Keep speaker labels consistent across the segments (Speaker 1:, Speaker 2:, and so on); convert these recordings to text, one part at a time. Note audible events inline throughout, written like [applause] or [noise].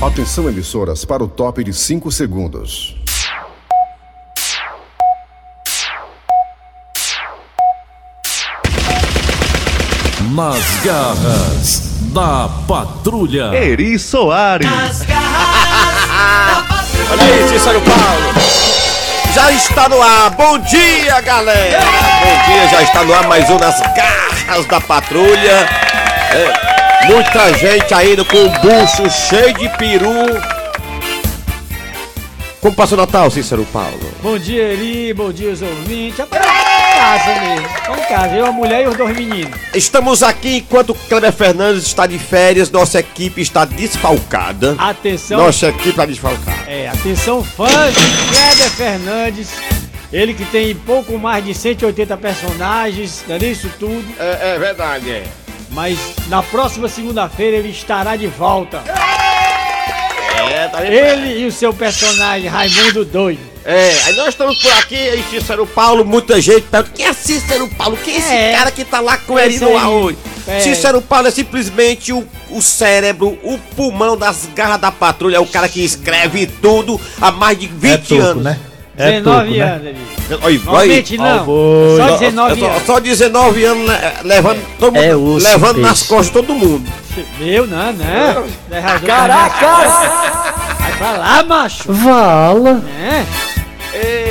Speaker 1: Atenção, emissoras, para o top de 5 segundos.
Speaker 2: Nas garras da patrulha.
Speaker 3: Eri Soares.
Speaker 4: Olha aí, Cícero Paulo. Já está no ar. Bom dia, galera. Bom dia, já está no ar mais um nas garras da patrulha. É, muita gente ainda com o bucho cheio de peru. Como passou o Natal, Cícero Paulo?
Speaker 5: Bom dia, Eri, bom dia, os ouvintes. Até em casa mesmo, só em casa, eu, a mulher e os dois meninos.
Speaker 4: Estamos aqui enquanto Kleber Fernandes está de férias, nossa equipe está desfalcada.
Speaker 5: Atenção,
Speaker 4: Nossa equipe está desfalcada.
Speaker 5: é, atenção fãs de Kleber Fernandes, ele que tem pouco mais de 180 personagens, não é isso tudo,
Speaker 4: É, verdade, é.
Speaker 5: mas na próxima segunda-feira ele estará de volta.
Speaker 4: É, tá de férias.
Speaker 5: Ele e o seu personagem, Raimundo Doido.
Speaker 4: É, aí nós estamos por aqui em Cícero Paulo, muita gente pergunta, quem é Cícero Paulo? Quem é esse
Speaker 5: É.
Speaker 4: cara que tá lá com
Speaker 5: É
Speaker 4: ele
Speaker 5: isso
Speaker 4: no
Speaker 5: aí.
Speaker 4: ar hoje?
Speaker 5: É.
Speaker 4: Cícero Paulo é simplesmente o, o cérebro, o pulmão das garras da patrulha, é o cara que escreve tudo há mais de 20 anos.
Speaker 3: né? É
Speaker 5: 19
Speaker 3: toco, né?
Speaker 5: anos, Eri.
Speaker 4: Olha,
Speaker 5: Normalmente não, só
Speaker 3: Alvoi.
Speaker 4: Só,
Speaker 5: 19 anos.
Speaker 4: só 19 anos né, levando, todo
Speaker 6: É
Speaker 4: mundo-
Speaker 6: osso,
Speaker 4: levando
Speaker 6: peixe.
Speaker 4: nas costas todo
Speaker 5: [laughs]
Speaker 4: mundo.
Speaker 5: Meu, não, não. Caraca! Vai pra lá, macho,
Speaker 6: Vala.
Speaker 5: né?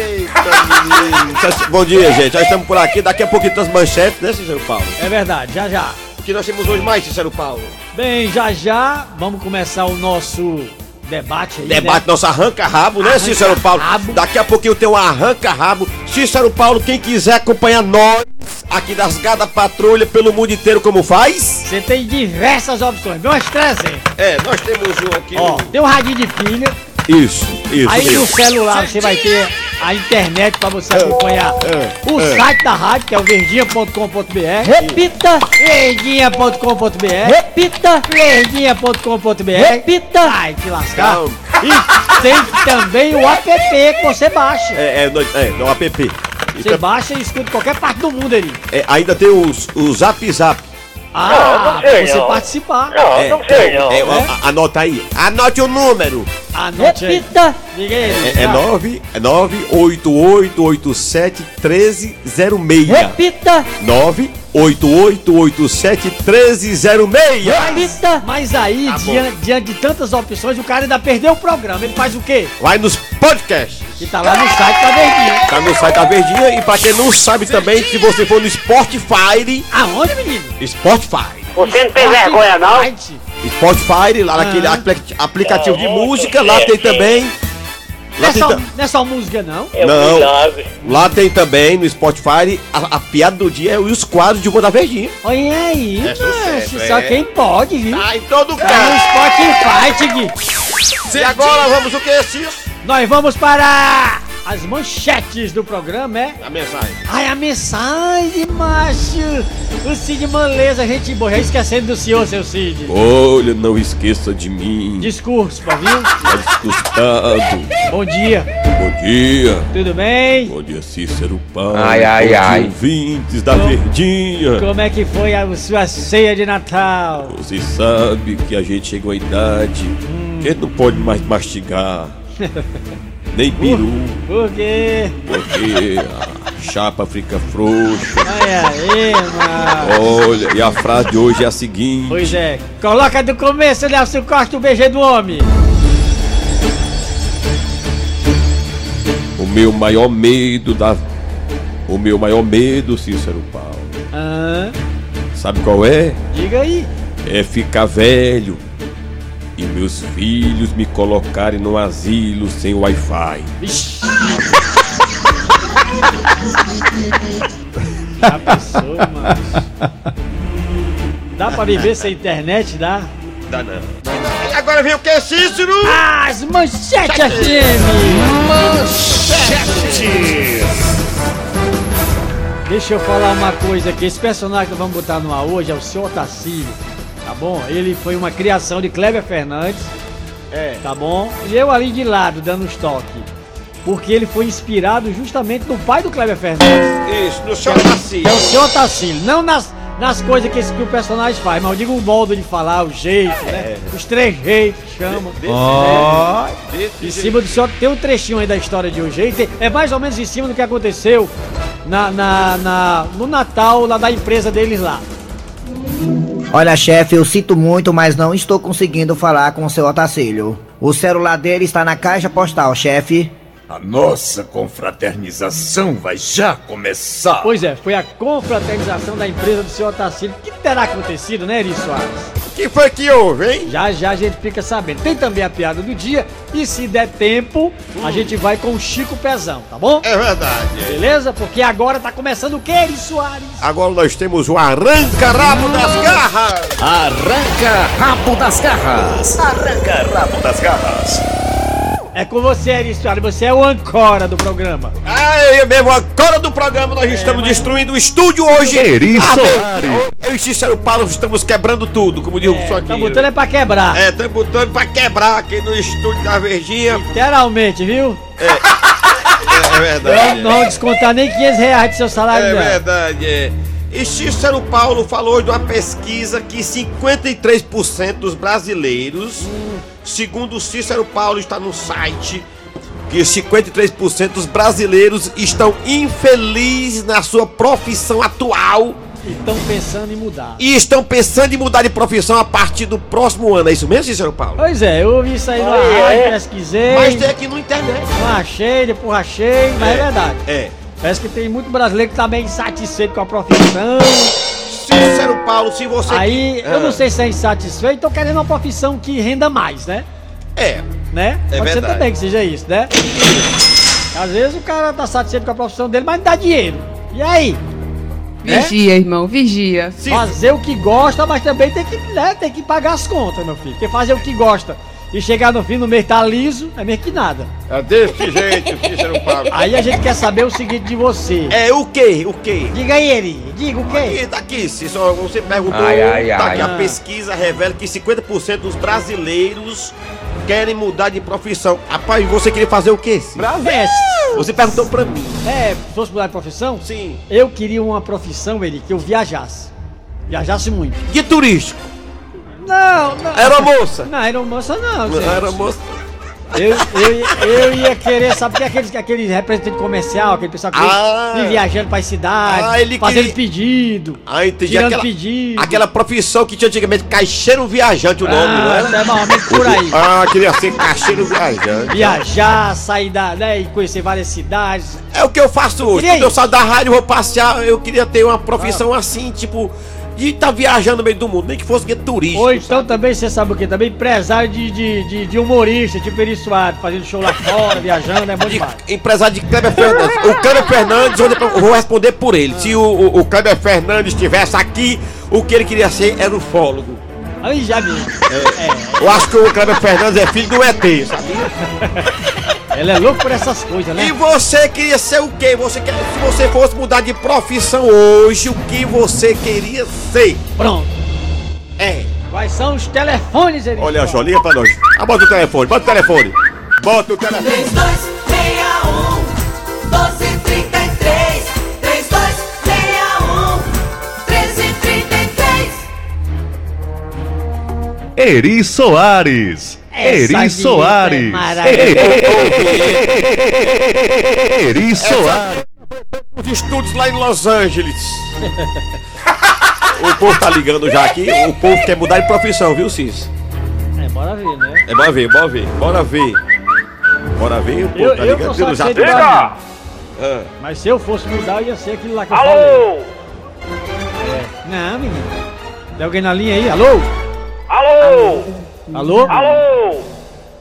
Speaker 4: Então, Bom dia, gente. Nós estamos por aqui, daqui a pouquinho tem as manchetes, né, Cícero Paulo?
Speaker 5: É verdade, já já.
Speaker 4: O que nós temos hoje mais, Cícero Paulo?
Speaker 5: Bem, já já vamos começar o nosso debate aí. né?
Speaker 4: Debate nosso arranca-rabo, né, Cícero Paulo?
Speaker 5: Arranca-rabo.
Speaker 4: Daqui a pouquinho tem um arranca-rabo. Cícero Paulo, quem quiser acompanhar nós aqui das Gada Patrulha pelo mundo inteiro, como faz?
Speaker 5: Você tem diversas opções, umas 300.
Speaker 4: É, nós temos um aqui.
Speaker 5: Ó, tem um radinho de pilha,
Speaker 4: Isso, isso.
Speaker 5: aí no
Speaker 4: isso.
Speaker 5: celular você vai ter a internet pra você acompanhar
Speaker 4: é,
Speaker 5: o
Speaker 4: é.
Speaker 5: site da rádio, que é o verdinha.com.br.
Speaker 6: Repita,
Speaker 5: Verdinha.com.br.
Speaker 6: repita,
Speaker 5: Verdinha.com.br.
Speaker 6: repita.
Speaker 5: Ai, que lascar.
Speaker 4: Calma.
Speaker 5: E tem também o app que você baixa.
Speaker 4: É, é, no, é, no app.
Speaker 5: Você
Speaker 4: Então,
Speaker 5: baixa e escuta em qualquer parte do mundo ali.
Speaker 4: é, ainda tem os, o Zap Zap.
Speaker 5: Ah,
Speaker 7: Não, não sei,
Speaker 5: pra você
Speaker 7: não.
Speaker 5: participar.
Speaker 7: Não,
Speaker 4: É,
Speaker 7: não sei, não.
Speaker 4: é, é, a- anota aí. Anote o número.
Speaker 5: Anote aí.
Speaker 6: Repita,
Speaker 5: Diga aí.
Speaker 4: É, é
Speaker 5: Vai.
Speaker 4: 9 é 98887 1306.
Speaker 6: repita,
Speaker 4: 988871306.
Speaker 6: repita.
Speaker 5: Mas aí,
Speaker 4: Tá bom.
Speaker 5: diante, diante de tantas opções, o cara ainda perdeu o programa. Ele faz o quê?
Speaker 4: Vai nos podcasts.
Speaker 5: Que tá lá no site da Verdinha.
Speaker 4: Tá no site da Verdinha. E pra quem não sabe também, se você for no Spotify,
Speaker 5: Aonde, menino?
Speaker 4: Spotify,
Speaker 7: Você não tem vergonha, não?
Speaker 5: Site.
Speaker 4: Spotify, lá naquele
Speaker 5: Ah.
Speaker 4: apli- aplicativo de música, lá tem também.
Speaker 5: Não
Speaker 4: Lá
Speaker 5: é,
Speaker 4: tem,
Speaker 5: só,
Speaker 4: tam-
Speaker 5: não é só música, não.
Speaker 7: É um
Speaker 4: Não.
Speaker 7: milagre.
Speaker 4: lá tem também no Spotify a, a piada do dia e os quadros de uma da Verdinha.
Speaker 5: Olha aí,
Speaker 4: É sucesso,
Speaker 5: macho, Só
Speaker 4: é.
Speaker 5: quem pode, viu?
Speaker 4: Ah, em todo
Speaker 5: Tá no Spotify, Tigui.
Speaker 4: E agora vamos o que, Cis?
Speaker 5: Nós vamos para as manchetes do programa, é?
Speaker 4: A mensagem.
Speaker 5: Ai, a mensagem, macho. O Cid Moleza, gente boa. Já esquecendo do senhor, seu Cid.
Speaker 4: Olha, não esqueça de mim.
Speaker 5: Discurso, viu?
Speaker 4: Desgostado.
Speaker 5: Bom dia.
Speaker 4: Bom dia.
Speaker 5: Tudo bem?
Speaker 4: Bom dia, Cícero Paulo.
Speaker 6: Ai, ai,
Speaker 4: Bom dia,
Speaker 6: ai.
Speaker 4: ouvintes da Verdinha.
Speaker 5: Como é que foi a sua ceia de Natal?
Speaker 4: Você sabe que a gente chegou à idade que a gente não pode
Speaker 6: [laughs]
Speaker 4: mais mastigar nem peru,
Speaker 5: Por quê?
Speaker 4: porque a chapa fica frouxa.
Speaker 5: Olha aí, mano.
Speaker 4: Olha, e a frase de hoje é a seguinte:
Speaker 5: Pois é. Coloca do começo, Nelson Costa, o BG do homem.
Speaker 4: O meu maior medo da. O meu maior medo, Cícero Paulo.
Speaker 5: Aham.
Speaker 4: Sabe qual é?
Speaker 5: Diga aí.
Speaker 4: É ficar velho e meus filhos me colocarem no asilo sem Wi-Fi.
Speaker 5: Vixi. Já pensou, mano? Dá pra viver sem internet, dá?
Speaker 4: Dá não. Agora vem o que, Cícero?
Speaker 5: As manchetes FM! Deixa eu falar uma coisa aqui. Esse personagem que vamos botar no ar hoje é o seu Otacílio, tá bom? Ele foi uma criação de Kleber Fernandes,
Speaker 4: É.
Speaker 5: tá bom? E eu ali de lado, dando os toques. Porque ele foi inspirado justamente no pai do Kleber Fernandes,
Speaker 4: Isso, no seu macio.
Speaker 5: que é o seu Otacílio. Não nas, nas coisas que, esse, que o personagem faz. Mas eu digo o modo de falar, o jeito, né? Os trejeitos que chamam.
Speaker 4: Ó.
Speaker 5: Em cima do senhor tem um trechinho aí da história de hoje. aí, tem- É mais ou menos em cima do que aconteceu na, na- na- no Natal lá da empresa deles lá.
Speaker 3: Olha, chefe, eu sinto muito, mas não estou conseguindo falar com o seu Otacílio. O celular dele está na caixa postal, chefe.
Speaker 6: A nossa confraternização vai já começar.
Speaker 5: Pois é, foi a confraternização da empresa do senhor Otacílio. O que terá acontecido, né, Eri Soares?
Speaker 4: O que foi que houve, hein?
Speaker 5: Já já a gente fica sabendo. Tem também a piada do dia e se der tempo, a gente vai com o Chico Pezão, tá bom?
Speaker 4: Hum. É verdade.
Speaker 5: Beleza? Porque agora tá começando o que, Eri Soares?
Speaker 4: Agora nós temos o arranca-rabo das garras.
Speaker 6: Arranca rabo das garras. Arranca rabo das garras.
Speaker 5: É com você, Eri Soares. Você é o ancora do programa.
Speaker 4: Aí mesmo, agora do programa nós estamos destruindo o estúdio hoje.
Speaker 6: Eri
Speaker 4: Ah, meu-
Speaker 6: Soares.
Speaker 4: Eu e Cícero Paulo estamos quebrando tudo, como diz o Soquinho.
Speaker 5: Tá botando é pra quebrar.
Speaker 4: né? É, estamos botando pra quebrar aqui no estúdio da Verdinha.
Speaker 5: Literalmente, viu?
Speaker 4: É,
Speaker 5: Não,
Speaker 4: verdade.
Speaker 5: não vou descontar nem 500 reais do seu salário,
Speaker 4: É
Speaker 5: não.
Speaker 4: verdade, é. E Cícero Paulo falou hoje de uma pesquisa que 53% dos brasileiros, segundo Cícero Paulo, está no site, que 53% dos brasileiros estão infelizes na sua profissão atual
Speaker 5: E estão pensando em mudar.
Speaker 4: e estão pensando em mudar de profissão a partir do próximo ano. É isso mesmo, Cícero Paulo?
Speaker 5: Pois é, eu ouvi isso aí na rádio, pesquisei,
Speaker 4: é. Mas tem aqui no internet.
Speaker 5: não achei, depois achei, mas é, verdade.
Speaker 4: É.
Speaker 5: Parece que tem muito brasileiro que tá meio insatisfeito com a profissão.
Speaker 4: Cícero Paulo, se você.
Speaker 5: Aí, eu não
Speaker 4: Ah.
Speaker 5: sei se é insatisfeito, tô querendo uma profissão que renda mais, né?
Speaker 4: É.
Speaker 5: Né?
Speaker 4: É
Speaker 5: Pode ser
Speaker 4: verdade.
Speaker 5: também que seja isso, né? Às vezes o cara tá satisfeito com a profissão dele, mas não dá dinheiro. E aí?
Speaker 7: Vigia, irmão, vigia.
Speaker 4: Se-
Speaker 5: Fazer o que gosta, mas também tem que, né, tem que pagar as contas, meu filho. Porque fazer o que gosta e chegar no fim do mês tá liso, é meio que nada.
Speaker 4: É desse jeito,
Speaker 5: [laughs]
Speaker 4: Cícero Paulo.
Speaker 5: Aí a gente quer saber o seguinte de você.
Speaker 4: É o quê? O quê?
Speaker 5: Diga aí, Eri, diga o quê?
Speaker 4: E daqui, tá se só você perguntou,
Speaker 6: Ai, ai,
Speaker 4: tá
Speaker 6: ai.
Speaker 4: aqui,
Speaker 5: Ah.
Speaker 4: a pesquisa revela que 50% dos brasileiros querem mudar de profissão. Rapaz, você queria fazer o quê? Cícero?
Speaker 5: É,
Speaker 4: Você perguntou pra mim.
Speaker 5: é, se fosse mudar de profissão?
Speaker 4: Sim.
Speaker 5: Eu queria uma profissão, Eri, que eu viajasse. Viajasse muito.
Speaker 4: De turístico.
Speaker 5: Não, não.
Speaker 4: Era moça.
Speaker 5: Não, era moça não, gente.
Speaker 4: Era moça.
Speaker 5: Eu, eu, eu ia querer, sabe que aqueles, aquele representante comercial, aquele pessoal que
Speaker 4: Ah.
Speaker 5: vive viajando para cidades,
Speaker 4: Ah, ele
Speaker 5: fazendo
Speaker 4: queria-
Speaker 5: pedido,
Speaker 4: Ah, entendi.
Speaker 5: tirando
Speaker 4: Aquela,
Speaker 5: pedido.
Speaker 4: aquela profissão que tinha antigamente, caixeiro viajante o nome, não
Speaker 5: Ah,
Speaker 4: era?
Speaker 5: é mais ou menos por aí.
Speaker 4: Ah, queria ser caixeiro viajante.
Speaker 5: Viajar, sair da, né, e conhecer várias cidades.
Speaker 4: É o que eu faço hoje.
Speaker 5: queria
Speaker 4: Quando eu
Speaker 5: isso.
Speaker 4: saio da rádio, eu vou passear, eu queria ter uma profissão assim, tipo, de estar viajando no meio do mundo, nem que fosse que turístico.
Speaker 5: Ou então também, você sabe o que? Também empresário de, de, de, de humorista, tipo Eri Soares, fazendo show lá fora, viajando, é bom
Speaker 4: de-
Speaker 5: demais.
Speaker 4: empresário de Kleber Fernandes. O Kleber Fernandes, eu vou responder por ele. Se o, o, o Kleber Fernandes estivesse aqui, o que ele queria ser era ufólogo.
Speaker 5: Aí é, já vi.
Speaker 4: Eu acho que o Kleber Fernandes é filho do ET, sabe?
Speaker 5: Ela é louca por essas coisas, né?
Speaker 4: E você queria ser o quê? Você quer, se você fosse mudar de profissão hoje, o que você queria ser?
Speaker 5: Pronto.
Speaker 4: É.
Speaker 5: Quais são os telefones, Eri?
Speaker 4: Olha,
Speaker 5: Soares?
Speaker 4: Jó, liga pra nós. Ah, bota o telefone, bota o telefone. Bota o telefone.
Speaker 8: 3261 1233 3261 1333
Speaker 6: Eri Soares.
Speaker 5: Essa
Speaker 6: Eri
Speaker 5: vinheta é
Speaker 6: Soares. Eri Soares.
Speaker 4: os estudos lá em Los Angeles. [laughs] o povo tá ligando já aqui. O povo quer mudar de profissão, viu, Cis?
Speaker 5: É, bora ver, né?
Speaker 4: É, bora ver, bora ver, bora ver. Bora ver, o povo
Speaker 5: Eu,
Speaker 4: tá Ah.
Speaker 5: eu não
Speaker 4: ligando pelo
Speaker 5: sei
Speaker 4: zap.
Speaker 5: do Brasil. Mas se eu fosse mudar, eu ia ser aquilo lá que eu falei. Não, menino. Tem alguém na linha aí? Alô? Alô? Alô?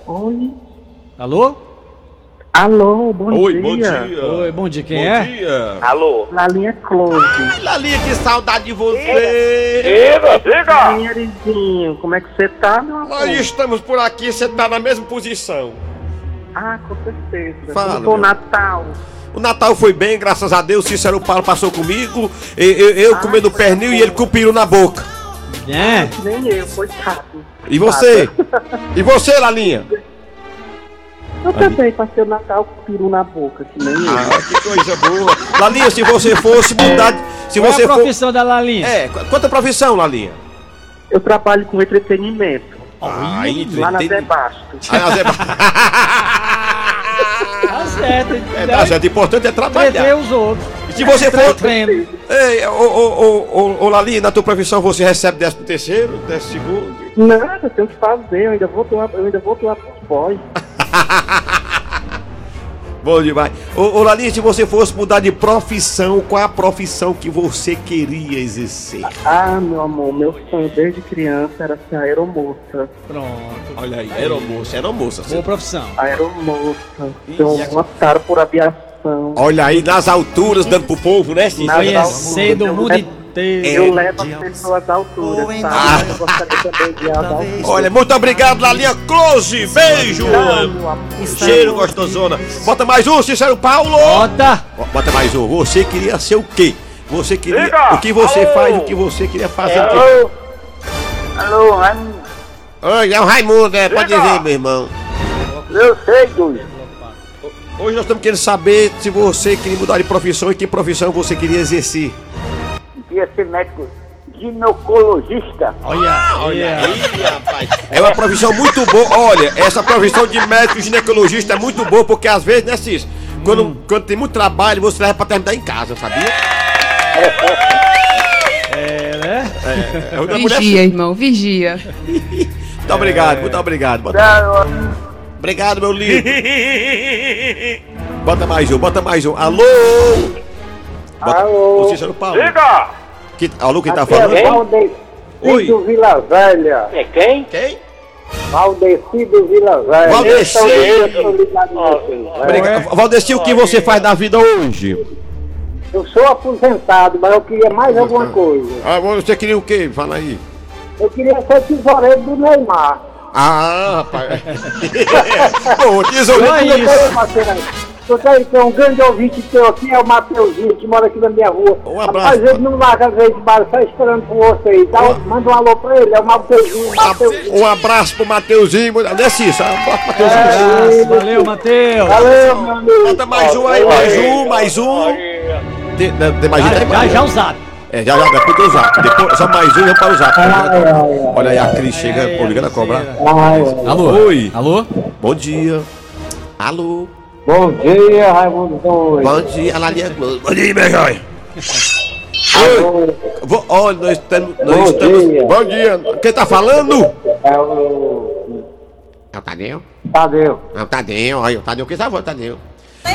Speaker 9: Oi.
Speaker 5: Alô?
Speaker 9: Alô, bom
Speaker 4: Oi,
Speaker 9: dia.
Speaker 4: bom dia.
Speaker 5: Oi, bom dia, quem
Speaker 4: bom
Speaker 5: é?
Speaker 4: dia.
Speaker 9: Lalinha Close.
Speaker 4: Ai, Lalinha, que saudade de você.
Speaker 9: Pinheirinho, como é que você tá, meu amor?
Speaker 4: Nós estamos por aqui, você tá na mesma posição.
Speaker 9: Ah, com certeza.
Speaker 4: Fala,
Speaker 9: Como foi o
Speaker 4: meu-
Speaker 9: Natal?
Speaker 4: O Natal foi bem, graças a Deus. Cícero Paulo passou comigo. Eu, eu, eu comendo pernil e ele com o peru na boca.
Speaker 5: É.
Speaker 9: Nem eu, coitado.
Speaker 4: E você? E você, Lalinha?
Speaker 9: Eu também passei o Natal com o peru na boca, que nem eu.
Speaker 4: Ah, que coisa boa. Lalinha, se você fosse mudar, de- Se
Speaker 5: Qual é
Speaker 4: você
Speaker 5: a
Speaker 4: for.
Speaker 5: profissão da Lalinha?
Speaker 4: É, qu- quanta profissão, Lalinha?
Speaker 9: Eu trabalho com entretenimento.
Speaker 4: Ah,
Speaker 9: Lá na
Speaker 4: entreten-
Speaker 9: Zé Basto.
Speaker 4: Ah,
Speaker 5: é
Speaker 4: na Zé Ba-
Speaker 5: Tá certo.
Speaker 4: [laughs] É, tá certo. O importante é
Speaker 5: Entreter
Speaker 4: trabalhar.
Speaker 5: os outros.
Speaker 4: E se você for.
Speaker 5: Entretendo.
Speaker 4: Ei, ô, ô, ô, ô, ô, Lalinha, na tua profissão você recebe 13 terceiro, 12 segundo.
Speaker 9: Nada, eu tenho que fazer. Eu ainda vou doar, eu ainda vou doar pros boys.
Speaker 4: Bom demais. Ô, ô, Lalinha, se você fosse mudar de profissão, qual a profissão que você queria exercer?
Speaker 9: Ah, meu amor, meu sonho desde criança era ser aeromoça.
Speaker 5: Pronto.
Speaker 4: Olha aí, aeromoça, aeromoça.
Speaker 5: Boa profissão.
Speaker 9: um Aeromoça.
Speaker 4: Ih,
Speaker 9: Sou
Speaker 4: e a-
Speaker 9: uma cara um por aviação.
Speaker 4: Olha aí, nas alturas, dando pro povo, né, Cid?
Speaker 9: Nada.
Speaker 5: Conhecendo o mundo
Speaker 9: É-
Speaker 5: inteiro.
Speaker 9: Eu levo as pessoas à altura, sabe? Eu gostaria também de ir às alturas.
Speaker 4: Olha, muito obrigado, Lalinha Close. Beijo.
Speaker 9: Não, meu amor.
Speaker 4: Cheiro gostosona. Bota mais um, Cícero Paulo.
Speaker 5: Bota.
Speaker 4: Ó, Bota mais um. Você queria ser o quê? Você queria.
Speaker 9: Diga!
Speaker 4: O que você
Speaker 9: Alô!
Speaker 4: faz, o que você queria fazer. o quê?
Speaker 9: Alô? Alô, Raimundo?
Speaker 4: Oi, é o Raimundo, né? Pode
Speaker 9: Diga!
Speaker 4: ver, meu irmão.
Speaker 9: Eu sei, doido.
Speaker 4: Hoje nós estamos querendo saber se você queria mudar de profissão e que profissão você queria exercer.
Speaker 9: Queria ser médico ginecologista.
Speaker 5: Olha, olha.
Speaker 4: É uma profissão muito boa. Olha, essa profissão de médico ginecologista é muito boa, porque às vezes, né, Cis? Quando, quando tem muito trabalho, você leva pra terminar em casa, [laughs] sabia?
Speaker 5: É, né?
Speaker 4: É uma mulher
Speaker 7: Vigia, irmão, vigia.
Speaker 4: Muito obrigado, muito obrigado. Bota- Obrigado, meu [laughs] lindo. bota mais um, bota mais um. Alô? Bota,
Speaker 9: Alô?
Speaker 4: O Cícero Paulo. Que, alô, quem tá falando?
Speaker 9: É Valdeci
Speaker 4: Oi.
Speaker 9: do Vila Velha. É quem?
Speaker 4: Quem?
Speaker 9: Valdeci do Vila Velha.
Speaker 4: Valdeci.
Speaker 9: Eu sou- Eu sou ligado em vocês, né?
Speaker 4: Obrigado. Valdeci, o que você faz na vida hoje?
Speaker 9: Eu sou aposentado, mas eu queria mais alguma coisa.
Speaker 4: Ah, você queria o quê? Fala aí.
Speaker 9: Eu queria ser tesoureiro do Neymar.
Speaker 4: Ah, [laughs] rapaz. Pô, tesoureiro.
Speaker 5: Só
Speaker 9: Eu
Speaker 5: isso.
Speaker 9: quero, parceiro, eu quero ter um grande ouvinte teu aqui, é o Mateuzinho, que mora aqui na minha rua.
Speaker 4: Um abraço.
Speaker 9: Rapaz, ele não larga às vezes de bar, só esperando por você aí. Dá um- manda um alô pra ele, é o Mateuzinho, Mateuzinho.
Speaker 4: Um abraço pro Mateuzinho. Desce isso. ah, Bota, Mateuzinho.
Speaker 5: Abraço, Valeu, Matheus.
Speaker 9: Valeu, meu amigo.
Speaker 4: Bota mais um aí, mais um, mais um. Tem, tem mais um, tem mais
Speaker 5: Ah, Já,
Speaker 4: um.
Speaker 5: já usado.
Speaker 4: É, já, já, depois do zap. Depois, só mais um, já para o zap.
Speaker 9: Ah, é,
Speaker 4: Olha aí a Cris chega, pô, ligando a cobrar.
Speaker 2: Alô?
Speaker 4: Oi.
Speaker 2: Alô?
Speaker 4: Bom dia. Alô.
Speaker 9: Bom dia, Raimundo Dois.
Speaker 4: Bom dia, Lalinha Close. Bom dia, meu joia. Oi. Vo- Olha, nós estamos. Nós
Speaker 9: Bom
Speaker 4: estamos...
Speaker 9: dia.
Speaker 4: Bom dia. Quem tá falando?
Speaker 9: É o
Speaker 4: É o Tadeu.
Speaker 9: Tadeu.
Speaker 4: É o Tadeu. Olha, o Tadeu. Quem tá falando, Tadeu?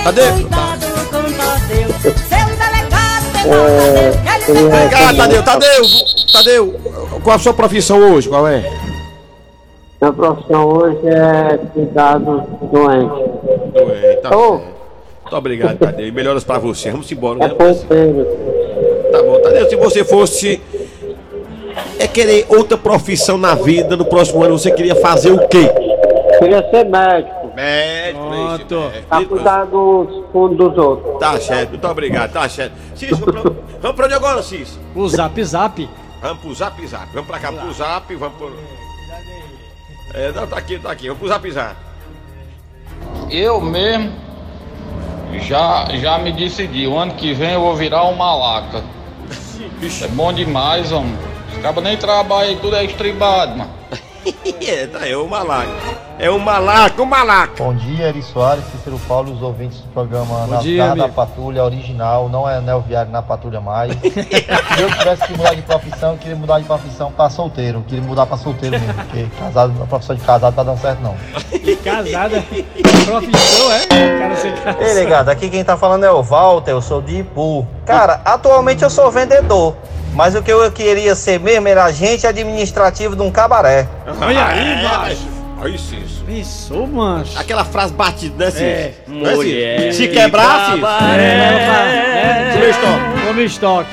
Speaker 4: Tadeu.
Speaker 8: Cuidado com Tadeu, seu delegado, seu Tadeu, que ele
Speaker 4: Obrigado, Tadeu. Tadeu. Tadeu, qual a sua profissão hoje? Qual é?
Speaker 9: Minha profissão hoje é cuidar dos doentes.
Speaker 4: Ué, tá
Speaker 9: Ô.
Speaker 4: certo. Muito obrigado, Tadeu. E melhoras pra você. Vamos embora.
Speaker 9: É
Speaker 4: né?
Speaker 9: ponteiro.
Speaker 4: Tá bom, Tadeu. Se você fosse. É querer outra profissão na vida, no próximo ano você queria fazer o quê?
Speaker 9: Queria ser médico,
Speaker 4: Médico,
Speaker 5: Pronto.
Speaker 9: pra cuidar dos fundos dos outros.
Speaker 4: Tá certo, muito obrigado, tá certo. Cício, vamos pra, vamos pra onde agora, Cício?
Speaker 5: O zap zap.
Speaker 4: Vamos pro zap zap. Vamos pra cá pro zap, vamos pro. É, não, tá aqui, tá aqui. Vamos pro zap zap.
Speaker 10: Eu mesmo já, já me decidi. O ano que vem eu vou virar um malaca. É bom demais, homem. Acaba nem trabalho, tudo é estribado, mano.
Speaker 4: é, tá, é o malaco. É o malaco, o malaco.
Speaker 11: Bom dia, Eri Soares, Cícero Paulo, os ouvintes do programa
Speaker 5: Bom
Speaker 11: Na
Speaker 5: dia,
Speaker 11: Zarra, da
Speaker 5: amigo.
Speaker 11: Patrulha Original, não é Neo Viário na Patrulha
Speaker 5: [laughs]
Speaker 11: mais. Se eu tivesse que mudar de profissão, eu queria mudar de profissão pra solteiro, eu queria mudar pra solteiro mesmo, porque casado, a profissão de casado não tá dando certo não.
Speaker 5: Casada. Profissão, é? O cara ser
Speaker 11: Ei,
Speaker 5: casado.
Speaker 11: ligado, aqui quem tá falando é o Walter, eu sou de Ipu. Cara, atualmente eu sou vendedor, mas o que eu queria ser mesmo era agente administrativo de um cabaré.
Speaker 4: é
Speaker 5: Olha aí, macho.
Speaker 4: Aí, Cício.
Speaker 5: Pensou, mancho.
Speaker 4: Aquela frase batida, né, Cício?
Speaker 5: É.
Speaker 4: Não é, Cício? Se quebrar, Cício. Meu estoque.
Speaker 5: Como É, estoque.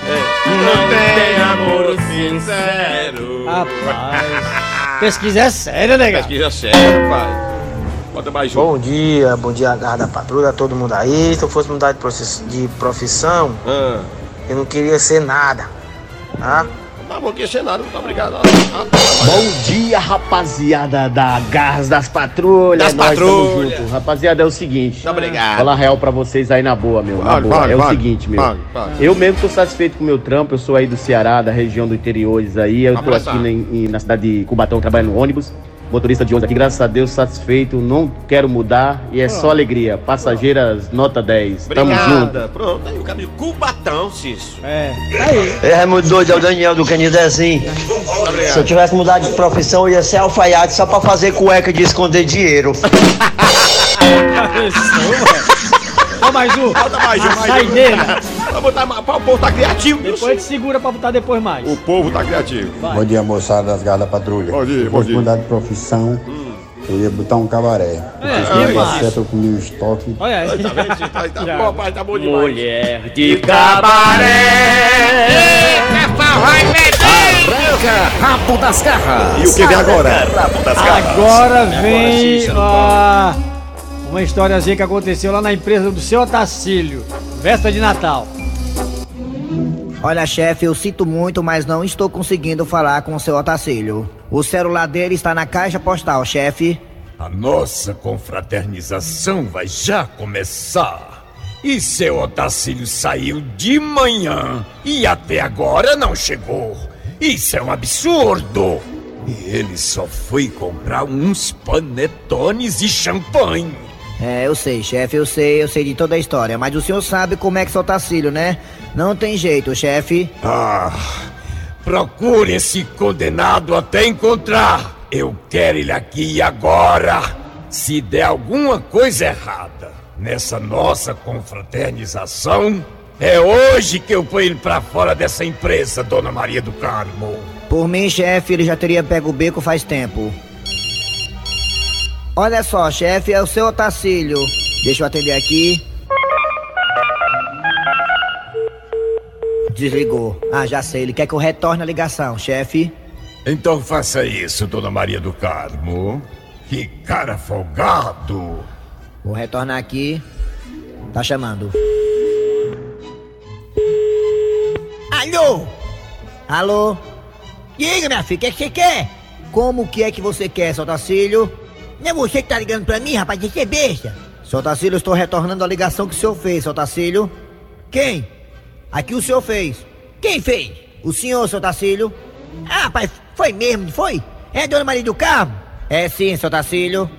Speaker 4: Não tem amor sincero.
Speaker 5: Rapaz. Pesquisa é séria, nega.
Speaker 4: Pesquisa séria, pai. Bota mais um.
Speaker 11: Bom dia, bom dia, garra da patrulha, a todo mundo aí. Se eu fosse mudar de, proce- de profissão,
Speaker 4: Ah,
Speaker 11: eu não queria ser nada, tá?
Speaker 4: Tá bom, que cenário, muito obrigado.
Speaker 6: Bom dia, rapaziada da Garras das Patrulhas.
Speaker 4: Das
Speaker 6: Nós
Speaker 4: Patrulhas.
Speaker 6: tamo junto. Rapaziada, é o seguinte.
Speaker 4: Obrigado.
Speaker 6: Falar real pra vocês aí na boa, meu. na
Speaker 4: Fale,
Speaker 6: boa.
Speaker 4: fale,
Speaker 6: é o
Speaker 4: fale,
Speaker 6: seguinte, meu.
Speaker 4: fale, fale.
Speaker 6: Eu mesmo tô satisfeito com o meu trampo. Eu sou aí do Ceará, da região do interiores aí. Eu tô
Speaker 4: Abraçar.
Speaker 6: aqui na, em- na cidade de Cubatão trabalhando no ônibus. Motorista de ônibus aqui, graças a Deus, satisfeito. Não quero mudar e é só alegria. Passageiras, nota 10. Tamo junto.
Speaker 4: Obrigada. Pronto, aí o caminho Cubatão, Cício.
Speaker 5: É. Aí.
Speaker 12: É muito doido, é o Daniel do Canidezinho. Se eu tivesse mudado de profissão, eu ia ser alfaiate só pra fazer cueca de esconder dinheiro.
Speaker 5: Ó, mais um.
Speaker 4: Falta mais um,
Speaker 5: A
Speaker 4: mais um.
Speaker 5: saideira.
Speaker 6: Ah.
Speaker 4: Vamos botar, ma- o povo tá criativo. viu,
Speaker 5: Depois a gente segura pra botar depois mais. É,
Speaker 4: O povo tá criativo.
Speaker 13: Bom dia, moçada das Garras da Patrulha.
Speaker 4: Bom dia,
Speaker 13: Se eu
Speaker 4: bom
Speaker 13: fosse
Speaker 4: dia.
Speaker 13: mudar de profissão, eu ia botar um cabaré. Porque se
Speaker 4: é
Speaker 13: não dá
Speaker 4: isso.
Speaker 13: certo, eu comi um estoque.
Speaker 5: Olha aí.
Speaker 4: Tá vendo, Cício? Tá, tá bom, rapaz, tá bom demais.
Speaker 6: Mulher de
Speaker 4: cabaré.
Speaker 6: Arranca rabo das garras.
Speaker 4: E o que vem agora?
Speaker 5: Agora vem ah, uma historiazinha que aconteceu lá na empresa do seu Otacílio. Véspera de Natal.
Speaker 3: Olha, chefe, eu sinto muito, mas não estou conseguindo falar com o seu Otacílio. O celular dele está na caixa postal, chefe.
Speaker 14: A nossa confraternização vai já começar. E seu Otacílio saiu de manhã e até agora não chegou. Isso é um absurdo! E ele só foi comprar uns panetones e champanhe.
Speaker 3: É, eu sei, chefe, eu sei, eu sei de toda a história, mas o senhor sabe como é que seu Otacílio, né? Não tem jeito, chefe.
Speaker 14: Ah, procure esse condenado até encontrar. Eu quero ele aqui e agora. Se der alguma coisa errada nessa nossa confraternização, é hoje que eu ponho ele pra fora dessa empresa, Dona Maria do Carmo.
Speaker 3: Por mim, chefe, ele já teria pego o beco faz tempo. Olha só, chefe, é o seu Otacílio. Deixa eu atender aqui. Desligou. Ah, já sei, ele quer que eu retorne a ligação, chefe.
Speaker 14: Então faça isso, Dona Maria do Carmo. Que cara folgado.
Speaker 3: Vou retornar aqui. Tá chamando. Alô? Alô? Diga, minha filha, o que é que você quer? Como que é que você quer, seu Tacílio? Não é você que tá ligando pra mim, rapaz, que é besta. Seu Tacílio, eu estou retornando a ligação que o senhor fez, seu Tacílio. Quem? Aqui o senhor fez. Quem fez? O senhor, seu Tacílio. Ah, rapaz, foi mesmo, não foi? É Dona Maria do Carmo? É sim, seu Tacílio.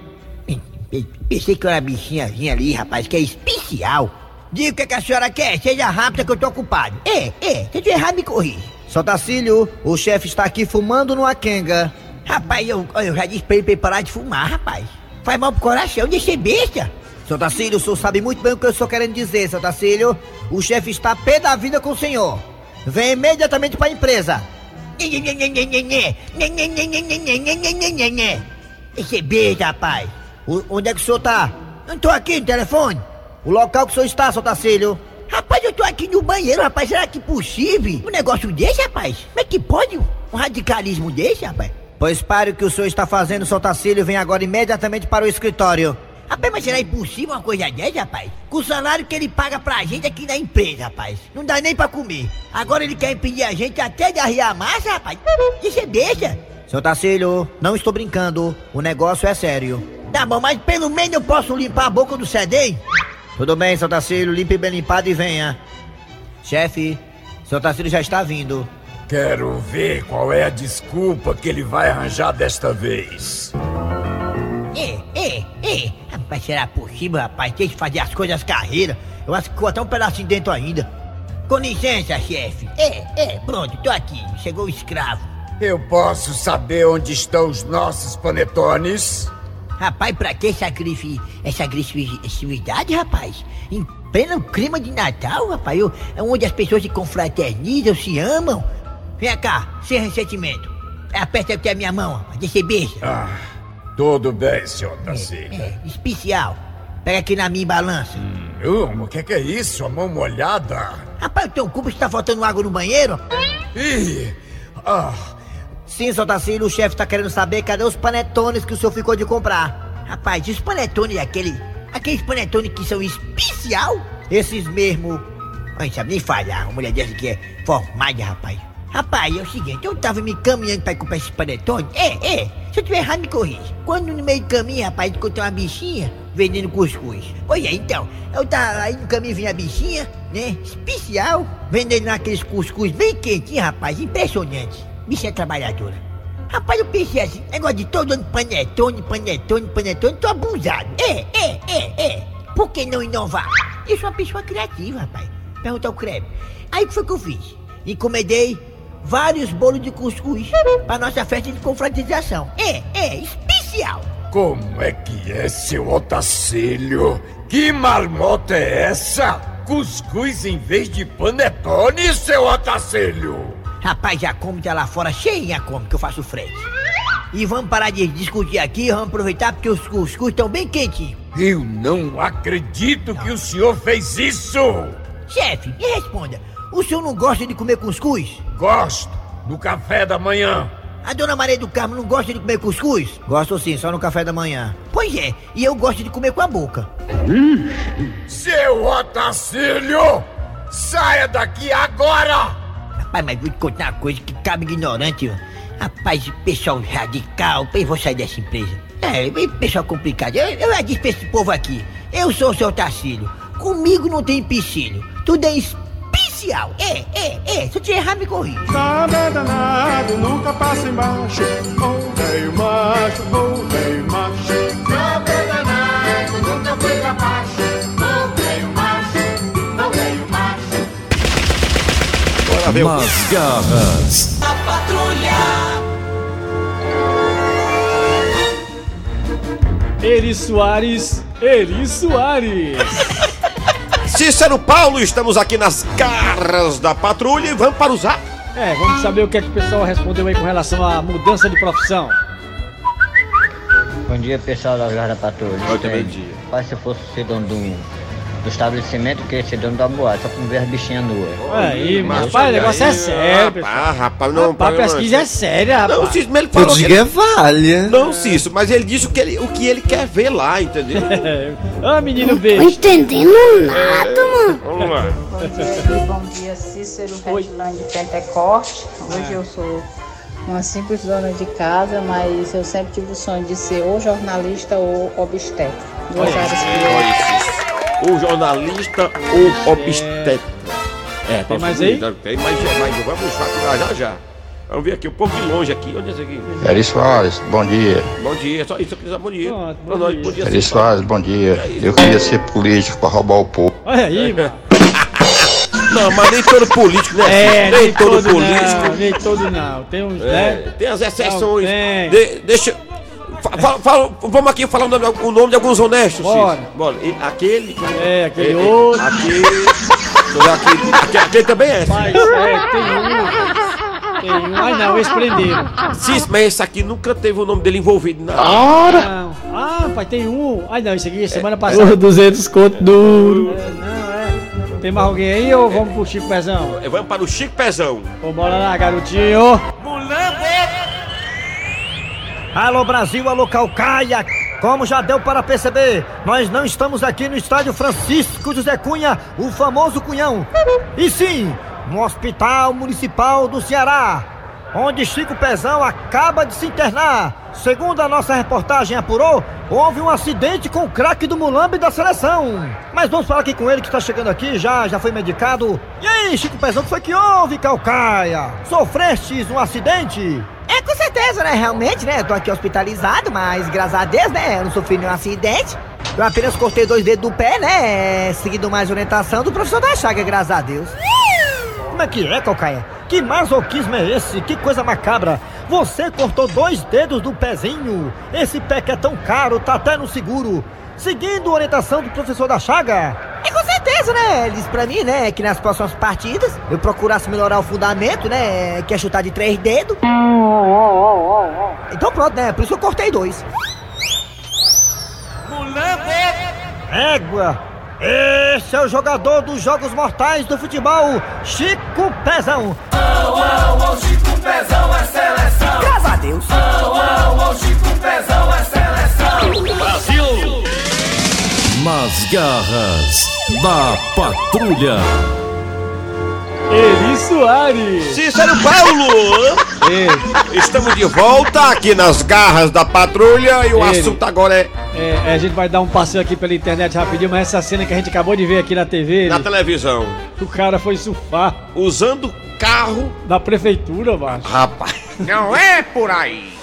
Speaker 3: Pensei que eu era bichinhazinha ali, rapaz, que é especial. Diga o que, é que a senhora quer, seja rápida que eu tô ocupado. É, é, se eu tiver errado, me corrija. Seu Tacílio, tá o chefe está aqui fumando numa quenga. Rapaz, eu, eu já disse pra ele pra ele parar de fumar, rapaz. Faz mal pro coração de ser besta. Seu Tacílio, tá o senhor sabe muito bem o que eu estou querendo dizer, seu Tacílio. O chefe está pé da vida com o senhor. Vem imediatamente pra empresa. Esse é besta, rapaz. O- onde é que o senhor tá? Eu não tô aqui no telefone. O local que o senhor está, seu Tacílio. Rapaz, eu tô aqui no banheiro, rapaz. Será que é possível? Um negócio desse, rapaz? Como é que pode um radicalismo desse, rapaz? Pois pare o que o senhor está fazendo, seu Tacílio. Vem agora imediatamente para o escritório. Rapaz, mas será impossível uma coisa dessa, rapaz? Com o salário que ele paga pra gente aqui na empresa, rapaz. Não dá nem pra comer. Agora ele quer impedir a gente até de arriar a massa, rapaz. Isso é besta. Seu Tacílio, não estou brincando. O negócio é sério. Tá bom, mas pelo menos eu posso limpar a boca do sedem? Tudo bem, seu Tacílio. Limpe bem limpado e venha. Chefe, seu Tacílio já está vindo.
Speaker 14: Quero ver qual é a desculpa que ele vai arranjar desta vez.
Speaker 3: É, é, é. Rapaz, será possível, rapaz? Tem que fazer as coisas carreira. Eu acho que ficou até um pedacinho dentro ainda. Com licença, chefe. É, é, pronto, tô aqui. Chegou o escravo.
Speaker 14: Eu posso saber onde estão os nossos panetones?
Speaker 3: Rapaz, pra que sacrifi... essa agressividade, rapaz? Em pleno clima de Natal, rapaz, eu- é onde as pessoas se confraternizam, se amam. Vem cá, sem ressentimento. Aperta aqui a minha mão, rapaz, deixa eu beijar.
Speaker 14: Ah, tudo bem, senhor
Speaker 3: É,
Speaker 14: Tacília.
Speaker 3: Especial. Pega aqui na minha balança.
Speaker 14: Hum, o que, que é isso? A mão molhada?
Speaker 3: Rapaz, o teu cubo está faltando água no banheiro?
Speaker 14: Ih! Ah!
Speaker 3: Sim, seu Tacílio, o chefe tá querendo saber cadê os panetones que o senhor ficou de comprar. Rapaz, os panetones aquele. Aqueles panetones que são especial? Esses mesmo. Ai, sabe nem falhar. Uma mulher dessa que é formada, rapaz. Rapaz, é o seguinte, eu tava me caminhando pra ir comprar esse panetone. É, é, se eu tiver errado, me corrige. Quando no meio do caminho, rapaz, encontrei uma bichinha vendendo cuscuz. Pois é, então, eu tava aí no caminho, vinha a bichinha, né, especial, vendendo aqueles cuscuz bem quentinhos, rapaz, impressionante. Bichinha trabalhadora. é Rapaz, eu pensei assim, negócio de todo ano panetone, panetone, panetone, tô abusado. É, é, é, é. Por que não inovar? Eu sou uma pessoa criativa, rapaz. Pergunta ao Creme. Aí o que foi que eu fiz? Encomendei vários bolos de cuscuz pra nossa festa de confraternização. É, é, especial.
Speaker 14: Como é que é, seu Otacílio? Que marmota é essa? Cuscuz em vez de panetone, seu Otacílio!
Speaker 3: Rapaz, já come tá lá fora cheinha come que eu faço frente. E vamos parar de discutir aqui, vamos aproveitar porque os cuscuz estão bem quentinhos.
Speaker 14: Eu não acredito que o senhor fez isso!
Speaker 3: Chefe, me responda. O senhor não gosta de comer cuscuz?
Speaker 14: Gosto, no café da manhã.
Speaker 3: A dona Maria do Carmo não gosta de comer cuscuz? Gosto sim, só no café da manhã. Pois é, e eu gosto de comer com a boca.
Speaker 14: Seu Otacílio! Saia daqui agora!
Speaker 3: Rapaz, mas vou te contar uma coisa que cabe ignorante, ó. Rapaz, pessoal radical, eu vou sair dessa empresa. É, pessoal complicado. Eu, eu já disse pra esse povo aqui, eu sou o seu Tarcílio. Comigo não tem empecilho. Tudo é especial. É, é, é. Se eu te errar, me corrija.
Speaker 15: Nada Tá danado, nunca passa embaixo. Bom velho macho, bom velho macho. Nada Tá danado, nunca foi pra baixo. Bom velho macho, bom velho macho.
Speaker 4: Bora ver o
Speaker 2: Nas garras
Speaker 8: A patrulha.
Speaker 5: Eri Soares, Eri Soares.
Speaker 4: Cícero Paulo, estamos aqui nas garras da patrulha e vamos para o zap.
Speaker 5: É, vamos saber o que é que o pessoal respondeu aí com relação à mudança de profissão.
Speaker 16: Bom dia, pessoal da Guarda Patrulha.
Speaker 4: Bom dia,
Speaker 16: Bem,
Speaker 4: bom dia.
Speaker 16: Pai, se eu fosse ser dono de um- do estabelecimento, eu queria ser dono da boate, só pra não ver as bichinhas nuas.
Speaker 5: Aí,
Speaker 16: Mas
Speaker 5: mas rapaz, o
Speaker 16: olha
Speaker 5: negócio é
Speaker 16: aí,
Speaker 5: sério, pessoal.
Speaker 4: Ah, rapaz, não.
Speaker 5: Rapaz, a pesquisa é séria, rapaz.
Speaker 4: Não, Cícero, mas ele falou. que ele-
Speaker 17: valha.
Speaker 4: Não, Cícero, mas ele disse o que ele, o que ele quer ver lá,
Speaker 5: [laughs]
Speaker 4: entendeu?
Speaker 5: Ah, menino beijo.
Speaker 18: entendendo nada, mano.
Speaker 4: Vamos lá.
Speaker 19: Bom dia, Edu. Bom dia, Cícero, Catilândia de Pentecoste.
Speaker 5: É.
Speaker 19: Hoje eu sou uma simples dona de casa, mas eu sempre tive o sonho de ser ou jornalista ou obstetra. Duas
Speaker 4: Olha
Speaker 19: áreas
Speaker 4: isso,
Speaker 19: que eu-
Speaker 4: olha isso. O jornalista ou obstetra. É,
Speaker 5: Tem
Speaker 4: tá
Speaker 5: mais
Speaker 4: subindo, Tem mais, é, mais. Vamos buscar aqui lá, já já. Vamos ver aqui, um pouco de longe aqui. Onde é isso aqui?
Speaker 20: Eri Soares, bom dia.
Speaker 4: Bom dia, só isso, eu quis bom dia. Pra nós, bom dia. É
Speaker 20: Eri Soares, bom dia. Eu queria ser político pra roubar o povo.
Speaker 4: [laughs]
Speaker 5: Olha aí, mano.
Speaker 4: Não, mas nem todo político, né?
Speaker 5: É,
Speaker 4: nem, todo, político.
Speaker 5: Não, nem todo não. Tem uns,
Speaker 4: É,
Speaker 5: né?
Speaker 4: Tem as exceções.
Speaker 5: Não, tem.
Speaker 4: De- deixa. fa- fa- fala- vamos aqui falar o nome, o nome de alguns honestos.
Speaker 5: Bora.
Speaker 4: Cícero. Bora. E aquele.
Speaker 5: É, aquele
Speaker 4: é,
Speaker 5: outro.
Speaker 4: Aquele, aquele, aquele- aquele também é.
Speaker 5: Mas,
Speaker 4: Cícero.
Speaker 5: é, tem um. Tem um. Ai, não, eles prenderam.
Speaker 4: Cícero, mas esse aqui nunca teve o nome dele envolvido na.
Speaker 5: Não. Ah, pai, tem um. Ai, não, esse aqui é semana passada. É,
Speaker 17: 200 conto duro.
Speaker 5: Tem mais alguém aí ou vamos pro Chico Pezão?
Speaker 4: É, Vamos para o Chico Pezão.
Speaker 5: Vambora lá, garotinho.
Speaker 21: Alô Brasil, alô Calcaia! Como já deu para perceber, nós não estamos aqui no estádio Francisco José Cunha, o famoso Cunhão. E sim, no Hospital Municipal do Ceará, onde Chico Pezão acaba de se internar. Segundo a nossa reportagem apurou, houve um acidente com o craque do Mulambe da seleção. Mas vamos falar aqui com ele que está chegando aqui, já, já foi medicado. E aí, Chico Pezão, o que foi que houve, Calcaia? Sofrestes um acidente?
Speaker 18: É, com certeza, né? Realmente, né? Eu tô aqui hospitalizado, mas graças a Deus, né? Eu não sofri nenhum acidente.
Speaker 21: Eu apenas cortei dois dedos do pé, né? Seguindo mais orientação do professor da Chaga, graças a Deus. Como é que é, Cocaia? Que masoquismo é esse? Que coisa macabra! Você cortou dois dedos do pezinho! Esse pé que é tão caro, tá até no seguro! Seguindo a orientação do professor da Chaga!
Speaker 18: É, com certeza, né? Ele disse pra mim, né? Que nas próximas partidas eu procurasse melhorar o fundamento, né? Que é chutar de três dedos. Então pronto, né? Por isso eu cortei dois.
Speaker 21: Égua! Esse é o jogador dos Jogos Mortais do futebol, Chico Pezão!
Speaker 8: O Chico Pezão é seleção. Graças a Deus. O Chico Pezão é seleção. Brasil.
Speaker 2: Nas garras da patrulha.
Speaker 5: Eli Soares.
Speaker 4: Cícero Paulo. Estamos de volta aqui nas garras da patrulha e o
Speaker 5: Ele.
Speaker 4: assunto agora é
Speaker 5: É, a gente vai dar um passeio aqui pela internet rapidinho, mas essa cena que a gente acabou de ver aqui na TV,
Speaker 4: na
Speaker 5: ele-
Speaker 4: televisão.
Speaker 5: o cara foi surfar.
Speaker 4: Usando carro.
Speaker 5: Da prefeitura, macho.
Speaker 4: Rapaz. Não é por aí.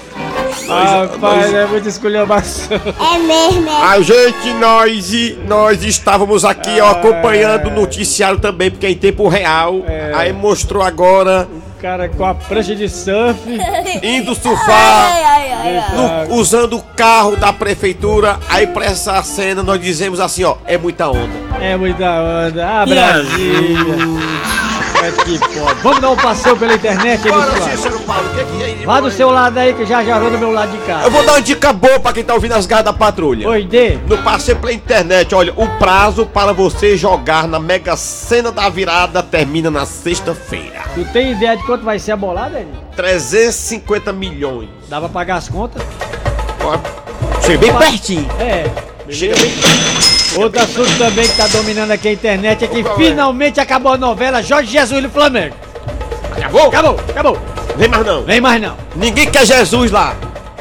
Speaker 4: Ah,
Speaker 5: Rapaz, é muito esculhambação.
Speaker 4: É mesmo, é. A gente, nós, e- nós estávamos aqui
Speaker 5: É.
Speaker 4: ó, acompanhando o noticiário também, porque é em tempo real.
Speaker 5: É.
Speaker 4: Aí mostrou agora
Speaker 5: O cara com a prancha de surf.
Speaker 4: Indo surfar. no- usando o carro da prefeitura. Aí pra essa cena nós dizemos assim, ó, é muita onda.
Speaker 5: É muita onda. Ah, Brasília. É que pode. Vamos dar um passeio pela internet, Eli
Speaker 4: Bora,
Speaker 5: Soares.
Speaker 4: Cícero Paulo, o que, que é isso?
Speaker 5: Vá do seu lado aí que já já vou do meu lado de cá.
Speaker 4: Eu vou dar uma dica boa pra quem tá ouvindo as garras da patrulha.
Speaker 5: Oi, Dê.
Speaker 4: No passeio pela internet, olha, o prazo para você jogar na Mega Sena da Virada termina na sexta-feira.
Speaker 5: Tu tem ideia de quanto vai ser a bolada, Eli?
Speaker 4: 350 milhões.
Speaker 5: Dá pra pagar as contas?
Speaker 4: Ó, Chega bem pertinho.
Speaker 5: É.
Speaker 4: Chega bem
Speaker 5: Outro assunto também que tá dominando aqui a internet é que finalmente acabou a novela Jorge Jesus do Flamengo.
Speaker 4: Acabou?
Speaker 5: Acabou, acabou.
Speaker 4: Vem mais não.
Speaker 5: Vem mais não.
Speaker 4: Tá Ninguém quer Jesus lá.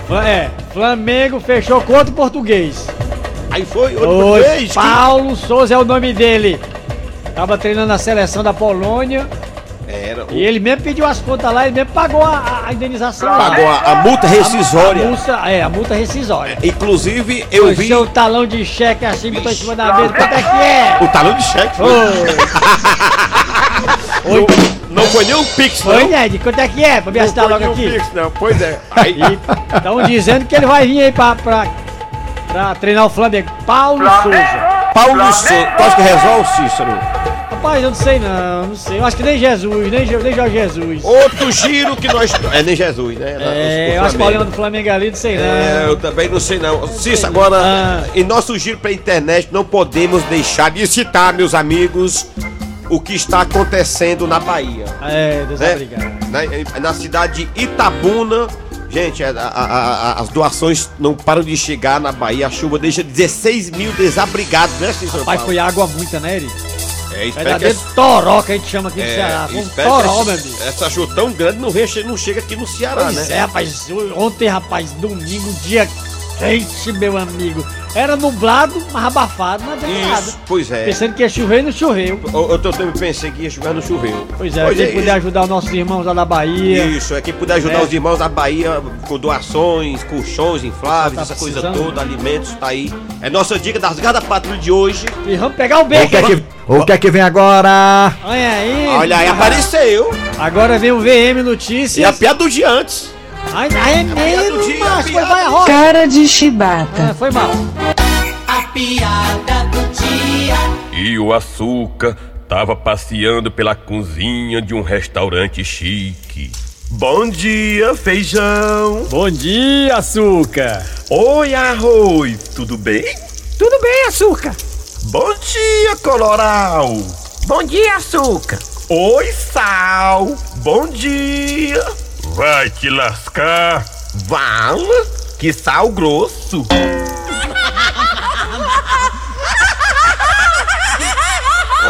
Speaker 5: Fla- É, Flamengo fechou com outro português.
Speaker 4: Aí foi outro
Speaker 5: Oi,
Speaker 4: português, que-
Speaker 5: Paulo Souza é o nome dele. Tava treinando a seleção da Polônia
Speaker 4: Era. o-
Speaker 5: e ele mesmo pediu as contas lá, ele mesmo pagou a, a indenização. lá.
Speaker 4: Pagou a, a multa
Speaker 5: A
Speaker 4: rescisória.
Speaker 5: multa, é, a multa rescisória.
Speaker 4: Inclusive, eu vi
Speaker 5: Seu talão de cheque assim, botou em cima da mesa, quanto é que é?
Speaker 4: o talão de cheque. foi. Não, não foi nem um pix,
Speaker 5: Oi,
Speaker 4: não.
Speaker 5: Ned, quanto é que é? Pra me
Speaker 4: Não
Speaker 5: assinar
Speaker 4: foi
Speaker 5: logo
Speaker 4: nem um
Speaker 5: aqui.
Speaker 4: pix, não. Pois é. Aí,
Speaker 5: Estão dizendo que ele vai vir aí pra, pra, pra treinar o Flamengo. Paulo Souza.
Speaker 4: Paulo Santos. Tu acha que resolve, Cícero?
Speaker 5: Rapaz, eu não sei não, não sei. Eu acho que nem Jesus, nem, Je- nem Jorge Jesus.
Speaker 4: Outro giro que nós. É nem Jesus, né? Era o- o
Speaker 5: É, eu acho que
Speaker 4: Flamengo.
Speaker 5: o problema do Flamengo ali, não sei não.
Speaker 4: É, eu também não sei não. Cícero, agora,
Speaker 5: Ah.
Speaker 4: em nosso giro pra internet, não podemos deixar de citar, meus amigos, o que está acontecendo na Bahia.
Speaker 5: É, Deus
Speaker 4: né?
Speaker 5: obrigado.
Speaker 4: Na, na cidade de Itabuna. Gente, é, a- a- a- as doações não param de chegar na Bahia. A chuva deixa 16 mil desabrigados, né, Cícero?
Speaker 5: Rapaz,
Speaker 4: Paulo?
Speaker 5: foi água muita, né, Eric?
Speaker 4: É, espero que é,
Speaker 5: Verdadeiro toró que a gente chama aqui no Ceará. Foi um
Speaker 4: espero
Speaker 5: toró,
Speaker 4: que
Speaker 5: meu
Speaker 4: essa-
Speaker 5: amigo.
Speaker 4: Essa chuva tão grande não, reche- não chega aqui no Ceará,
Speaker 5: Pois
Speaker 4: É, né?
Speaker 5: é, rapaz, ontem, rapaz, domingo, dia quente, meu amigo. Era nublado, mas abafado, não adianta nada.
Speaker 4: Isso, pois é.
Speaker 5: Pensando que ia chover e não choveu.
Speaker 4: Eu, eu também pensei que ia chover, não choveu.
Speaker 5: Pois é, quem puder ajudar os nossos irmãos lá da Bahia.
Speaker 4: Isso, é quem puder ajudar
Speaker 5: É.
Speaker 4: os irmãos da Bahia com doações, colchões infláveis,
Speaker 5: Tá
Speaker 4: essa coisa
Speaker 5: precisando.
Speaker 4: toda, alimentos, tá aí. É nossa dica das garras da patrulha de hoje.
Speaker 5: E vamos pegar o
Speaker 21: O que, é
Speaker 5: beco.
Speaker 21: que, o que é que vem agora?
Speaker 5: Olha aí.
Speaker 4: Olha aí, apareceu.
Speaker 5: Agora vem o VM Notícias.
Speaker 4: E a piada do dia antes.
Speaker 5: Ai, ai, é
Speaker 4: do
Speaker 5: mesmo,
Speaker 4: dia,
Speaker 5: macho, foi
Speaker 4: piada
Speaker 5: vai a roda.
Speaker 7: Cara de chibata.
Speaker 5: É, foi mal.
Speaker 8: A piada do dia.
Speaker 1: E o açúcar tava passeando pela cozinha de um restaurante chique. Bom dia, feijão!
Speaker 17: Bom dia, açúcar!
Speaker 1: Oi, arroz! Tudo bem?
Speaker 17: Tudo bem, açúcar?
Speaker 1: Bom dia, coloral! Bom dia, açúcar! Oi, sal! Bom dia! Vai te lascar! Vala! Que sal grosso!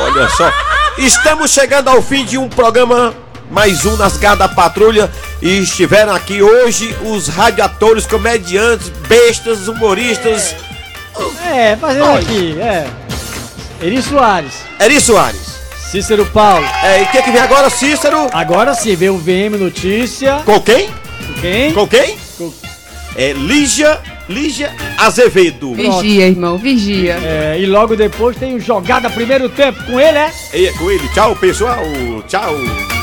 Speaker 4: Olha só, estamos chegando ao fim de um programa, mais um nas garras da patrulha. E estiveram aqui hoje os radiadores, comediantes, bestas, humoristas.
Speaker 5: É, fazendo aqui, é. Eri Soares,
Speaker 4: Eri Soares.
Speaker 5: Cícero Paulo.
Speaker 4: É, e o que, que vem agora, Cícero?
Speaker 5: Agora sim, vem o VM Notícia.
Speaker 4: Com quem?
Speaker 5: Quem?
Speaker 4: Com quem?
Speaker 5: Com-
Speaker 4: É Lígia, Lígia Azevedo.
Speaker 7: Vigia, irmão, vigia.
Speaker 5: É, e logo depois tem o Jogada Primeiro Tempo. Com ele é...
Speaker 4: E é com ele. Tchau, pessoal. Tchau.